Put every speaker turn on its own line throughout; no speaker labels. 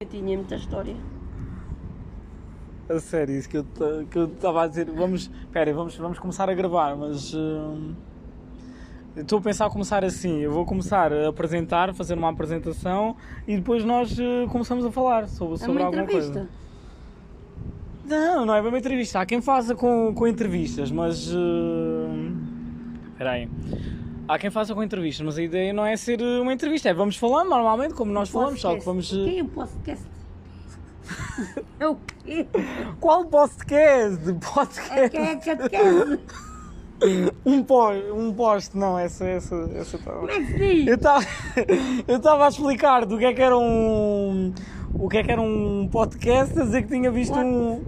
Eu tinha muita história.
A sério, isso que eu ta- que eu estava a dizer. Vamos, espera, vamos, vamos começar a gravar, mas. hum, eu Estou a pensar começar assim. Eu vou começar a apresentar, fazer uma apresentação e depois nós eh, começamos a falar sobre,
É
sobre
uma
alguma
entrevista.
coisa. Não, não é bem uma entrevista. Há quem faça com, com entrevistas, mas. eh, Espera aí. Há quem faça com entrevistas, mas a ideia não é ser uma entrevista, é vamos falando normalmente, como nós falamos, só que
Podcast.
vamos.
O
eh,
que é o podcast? É o quê?
Qual podcast? Podcast!
É que é podcast?
Um, pó, um poste, não, essa essa essa tava.
Como é que se diz?
Eu estava eu estava a explicar do que é que era um o que é que era um podcast, a dizer que tinha visto um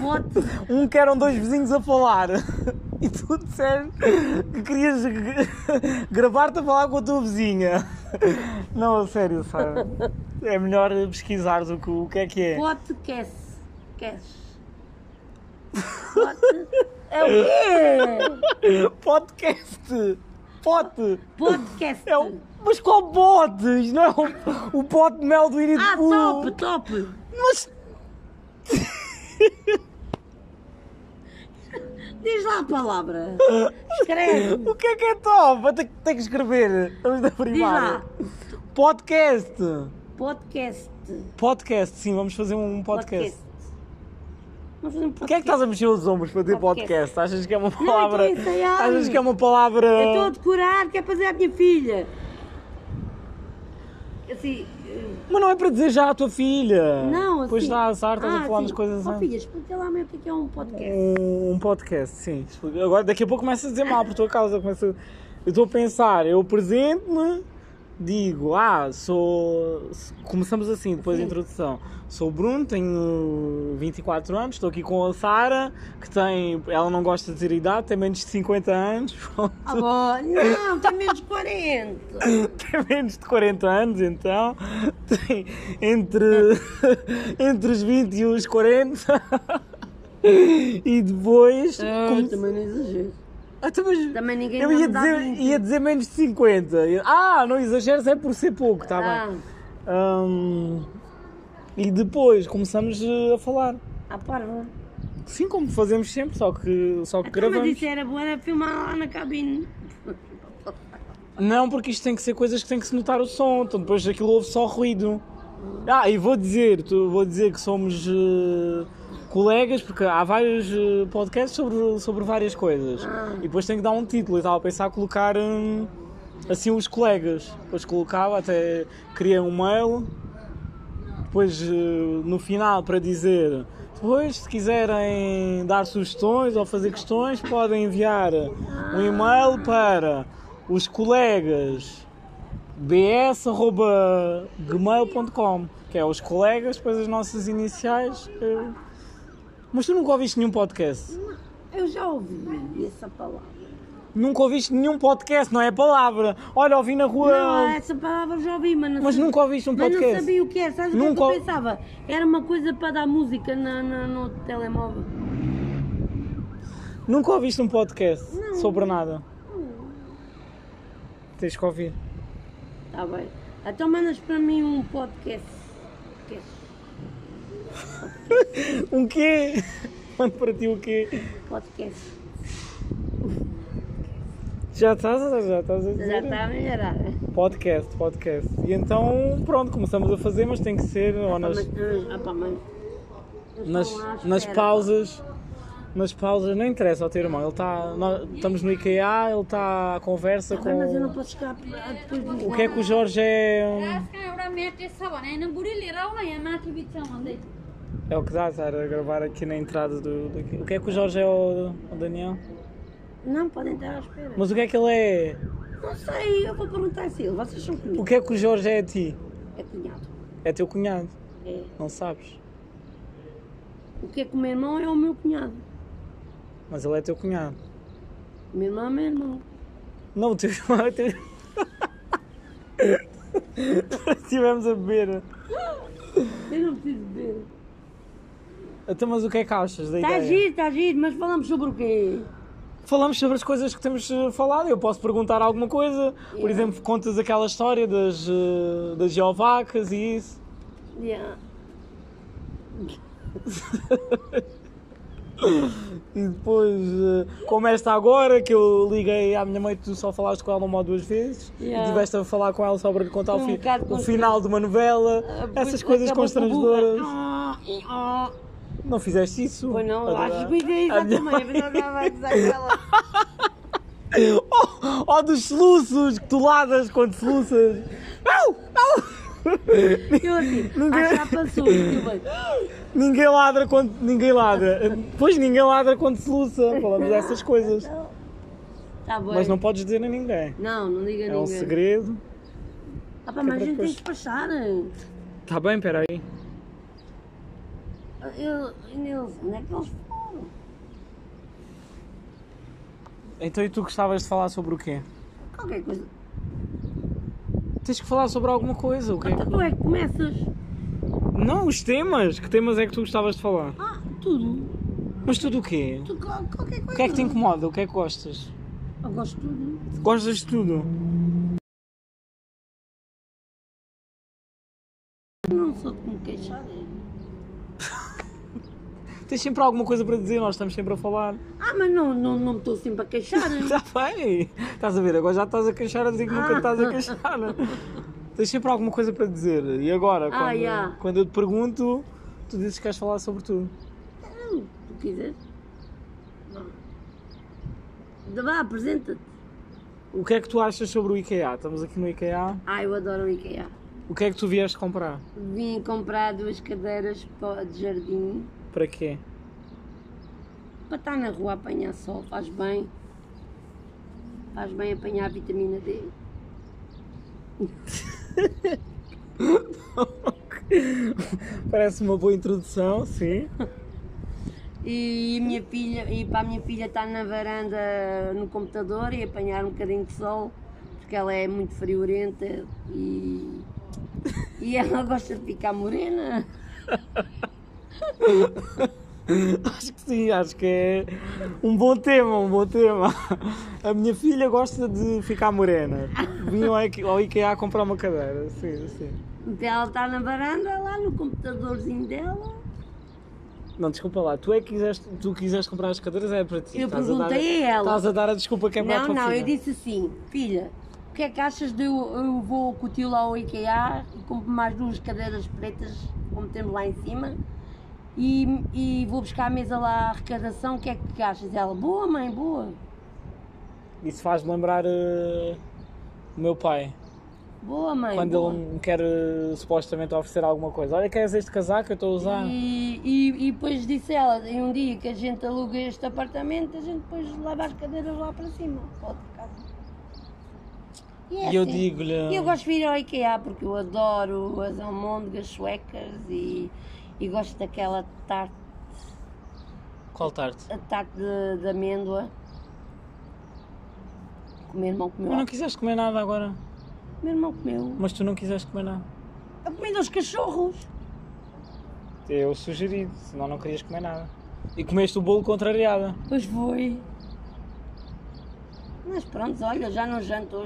Bote.
um que eram dois vizinhos a falar. E tu disseste que querias g- gravar-te a falar com a tua vizinha. Não, a sério, sabe? É melhor pesquisar do que o que é que é.
Podcast. Cast. Bote. É o quê?
Podcast! Pote!
Podcast.
É o... Mas qual pote? Isto não é o, o pote de mel do Iri
Ah,
de Cu.
top, top.
Mas
Diz lá a palavra. Escreve.
o que é que é top? Tem, tem que escrever. Vamos da
Diz lá.
primária. Podcast.
Podcast.
Podcast, sim, vamos fazer um podcast.
Vamos fazer um
Porquê é que estás a mexer os ombros para dizer
Podcast. então
podcast? Achas que é uma palavra.
estou a ensaiar.
Achas que é uma palavra.
Eu estou a decorar, que é para dizer à minha filha. Assim, eh,
Mas não é para dizer já à tua filha.
não, assim.
Pois lá, azar, estás
Ah,
a falar nas
sim.
coisas
Ó
antes.
filha, explica lá mesmo o que é que é um podcast.
Um, um podcast, sim. Agora, daqui a pouco começa a dizer mal por tua causa. Começa... Eu estou a pensar, eu apresento-me, digo, ah, sou. Começamos assim, depois da
Sim.
introdução. Sou o Bruno, tenho 24 anos, estou aqui com a Sara, que tem. Ela não gosta de dizer a idade, tem menos de 50 anos,
Ah, bom, não, tem menos de 40.
tem menos de 40 anos, então. Tem entre, entre os 20 e os 40. E depois. come-
Ah, também não exagero.
Ah, então, mas
Também ninguém
É. eu
vai
ia
mudar
dizer,
muito.
ia dizer menos de 50. Eu- Ah, não exageres, é por ser pouco, está
ah,
bem. Hum, e depois começamos eh, a falar.
Ah, à parva.
Sim, como fazemos sempre, só que, só que
Então, mas
gravamos.
isso era boa, era filmar lá na cabine.
Não, porque isto tem que ser coisas que tem que se notar o som, então depois aquilo ouve só ruído. Ah, e vou dizer, tu- vou dizer que somos eh, colegas, porque há vários eh, podcasts sobre, sobre várias coisas. E depois tem que dar um título e estava a pensar colocar hum, assim os colegas. Depois colocava, até criei um mail. Depois eh, no final para dizer, depois se quiserem dar sugestões ou fazer questões, podem enviar um e-mail para os colegas bs.gmail.com que é os colegas, depois as nossas iniciais. eh. Mas tu nunca ouviste nenhum podcast?
Eu já ouvi essa palavra.
Nunca ouviste nenhum podcast, não é a palavra. Olha, ouvi na rua.
Não, essa palavra eu já ouvi, mas não
Mas
sabia-
nunca ouviste um
Mas não
podcast.
sabia o que era, sabes o que é que
Nunca
eu
ou-
pensava? Era uma coisa para dar música na, na- no telemóvel.
Nunca ouviste um podcast sobre nada. Tens que ouvir.
Está bem. Então mandas para mim um podcast. é Podcast.
Um quê? Mando para ti o quê?
podcast.
Já estás, a- já estás a dizer?
Já está a melhorar. né?
Podcast, podcast. E então, pronto, começamos a fazer, mas tem que ser ou nas,
Mas, mas, ah, pá, mas- mas estão lá à
nas, nas
espera,
pausas. Nas pausas, não interessa ao teu irmão, ele está. nós Estamos no IKEA, ele está à conversa
pá. Ah, Mas eu não
com.
posso chegar a- depois de um
O que é que o Jorge é.
आज कहाँ एउटा म्याट्रेस छ भने होइन बुढी लिएर आऊ न यहाँ माथि बिचमा भन्दै
É o que dá, estar a gravar aqui na entrada do. daqui. O que é que o Jorge é, o, o Daniel?
Não, podem estar à espera.
Mas o que é que ele é?
Não sei, eu vou perguntar se ele. Vocês são
O
cunhados.
que é que o Jorge é a ti?
É cunhado.
É teu cunhado,
É.
não sabes?
O que é que o meu irmão é o meu cunhado.
Mas ele é teu cunhado.
O meu irmão é meu irmão.
Não, o teu irmão é o teu irmão. Estivemos a beber.
Eu não preciso ver.
Então, mas o que é que achas da
Está
ideia?
Tá giro, está giro, mas falamos sobre o quê?
Falamos sobre as coisas que temos eh, falado. Eu posso perguntar alguma coisa. Por exemplo, contas aquela história das, eh, das geovacas e isso.
Yeah.
E depois, eh, como esta agora, que eu liguei à minha mãe, tu só falaste com ela uma ou duas vezes,
Yeah.
e tiveste a falar com ela só para lhe contar
Foi
o,
um
fi-
bocado
o
constrangedor.
final de uma novela,
Ah, pois
essas coisas
acabou com o
constrangedoras.
Google. Ah, e ah.
Não fizeste isso?
Pois não,
Ah,
acho que é
a minha
exatamente.
mãe-
Mas agora vai gozar com ela.
Oh, oh, dos soluços, que tu ladas quando soluças. Au! Au!
Eu assim,
Nunca-
ah, já passou, muito bem.
Ninguém ladra quando. Ninguém ladra. Pois ninguém ladra quando se luça. Falamos dessas coisas.
Tá bom.
Mas não podes dizer a ninguém.
Não, não diga
É
ninguém.
um segredo.
Ah, pá, mas a
para
gente tem que
depois.
despachar.
Tá bem, peraí.
Eu, Nilson, onde é que eles foram?
Então e tu gostavas de falar sobre o quê?
Qualquer coisa.
Tens que falar sobre alguma coisa, o quê?
Então como é que começas?
Não, os temas. Que temas é que tu gostavas de falar?
Ah, tudo.
Mas tudo o quê?
Tu- qual- qualquer coisa.
O que é que te incomoda? O que é que gostas?
Eu gosto de tudo.
Gostas de tudo?
Eu não sou de me queixar. é.
Tens sempre alguma coisa para dizer, nós estamos sempre a falar.
Ah, mas não, não, não me estou sempre a queixar.
Está bem. Estás a ver, agora já estás a queixar a dizer que nunca estás a queixar. Tens sempre alguma coisa para dizer. E agora,
Ah,
quando,
já.
quando eu te pergunto, tu dizes que queres falar sobre tudo.
Não, tu quiseres. Vá. Vá, apresenta-te.
O que é que tu achas sobre o IKEA? Estamos aqui no IKEA.
Ah, eu adoro o IKEA.
O que é que tu vieste comprar?
Vim comprar duas cadeiras pa- de jardim
Para quê?
para estar na rua a apanhar sol, faz bem. Faz bem apanhar a vitamina D.
Parece uma boa introdução, sim.
E, a minha filha, e para a minha filha estar na varanda no computador e apanhar um bocadinho de sol, porque ela é muito friorenta e, e ela gosta de ficar morena.
Acho que sim, acho que é um bom tema, um bom tema. A minha filha gosta de ficar morena. Vim ao Ike- ao IKEA comprar uma cadeira, sim, sim.
Então ela está na varanda, lá no computadorzinho dela.
Não, desculpa lá, tu é que quiseste, tu quiseste comprar as cadeiras, é para ti.
Eu
Estás
perguntei
dar,
a ela.
Estás a dar a desculpa que é para a
não,
tua
não,
filha.
eu disse assim, filha, o que é que achas de eu, eu vou com o tio lá ao IKEA e compro mais duas cadeiras pretas, como temos lá em cima, e, e vou buscar a mesa lá à arrecadação, o que é que achas? Ela, boa mãe, boa,
Isso faz-me lembrar eh, o meu pai,
boa mãe,
quando
É boa.
ele me quer eh, supostamente oferecer alguma coisa. Olha, queres este casaco que eu estou a usar?
E, e, e depois disse ela, em um dia que a gente aluga este apartamento, a gente depois lava as cadeiras lá para cima, para outra casa. é
E eu
assim.
digo-lhe.
Eu gosto de ir ao IKEA porque eu adoro as almôndegas suecas e, e gosto daquela tarte,
Qual tarde?
a tarte de, de amêndoa. O meu irmão comeu.
Mas não quiseste comer nada agora.
O meu irmão comeu.
Mas tu não quiseste comer nada.
Eu comi dos cachorros.
Eu sugeri, senão não querias comer nada. E comeste o bolo contrariada.
Pois foi. Mas pronto, olha, eu já não janto hoje.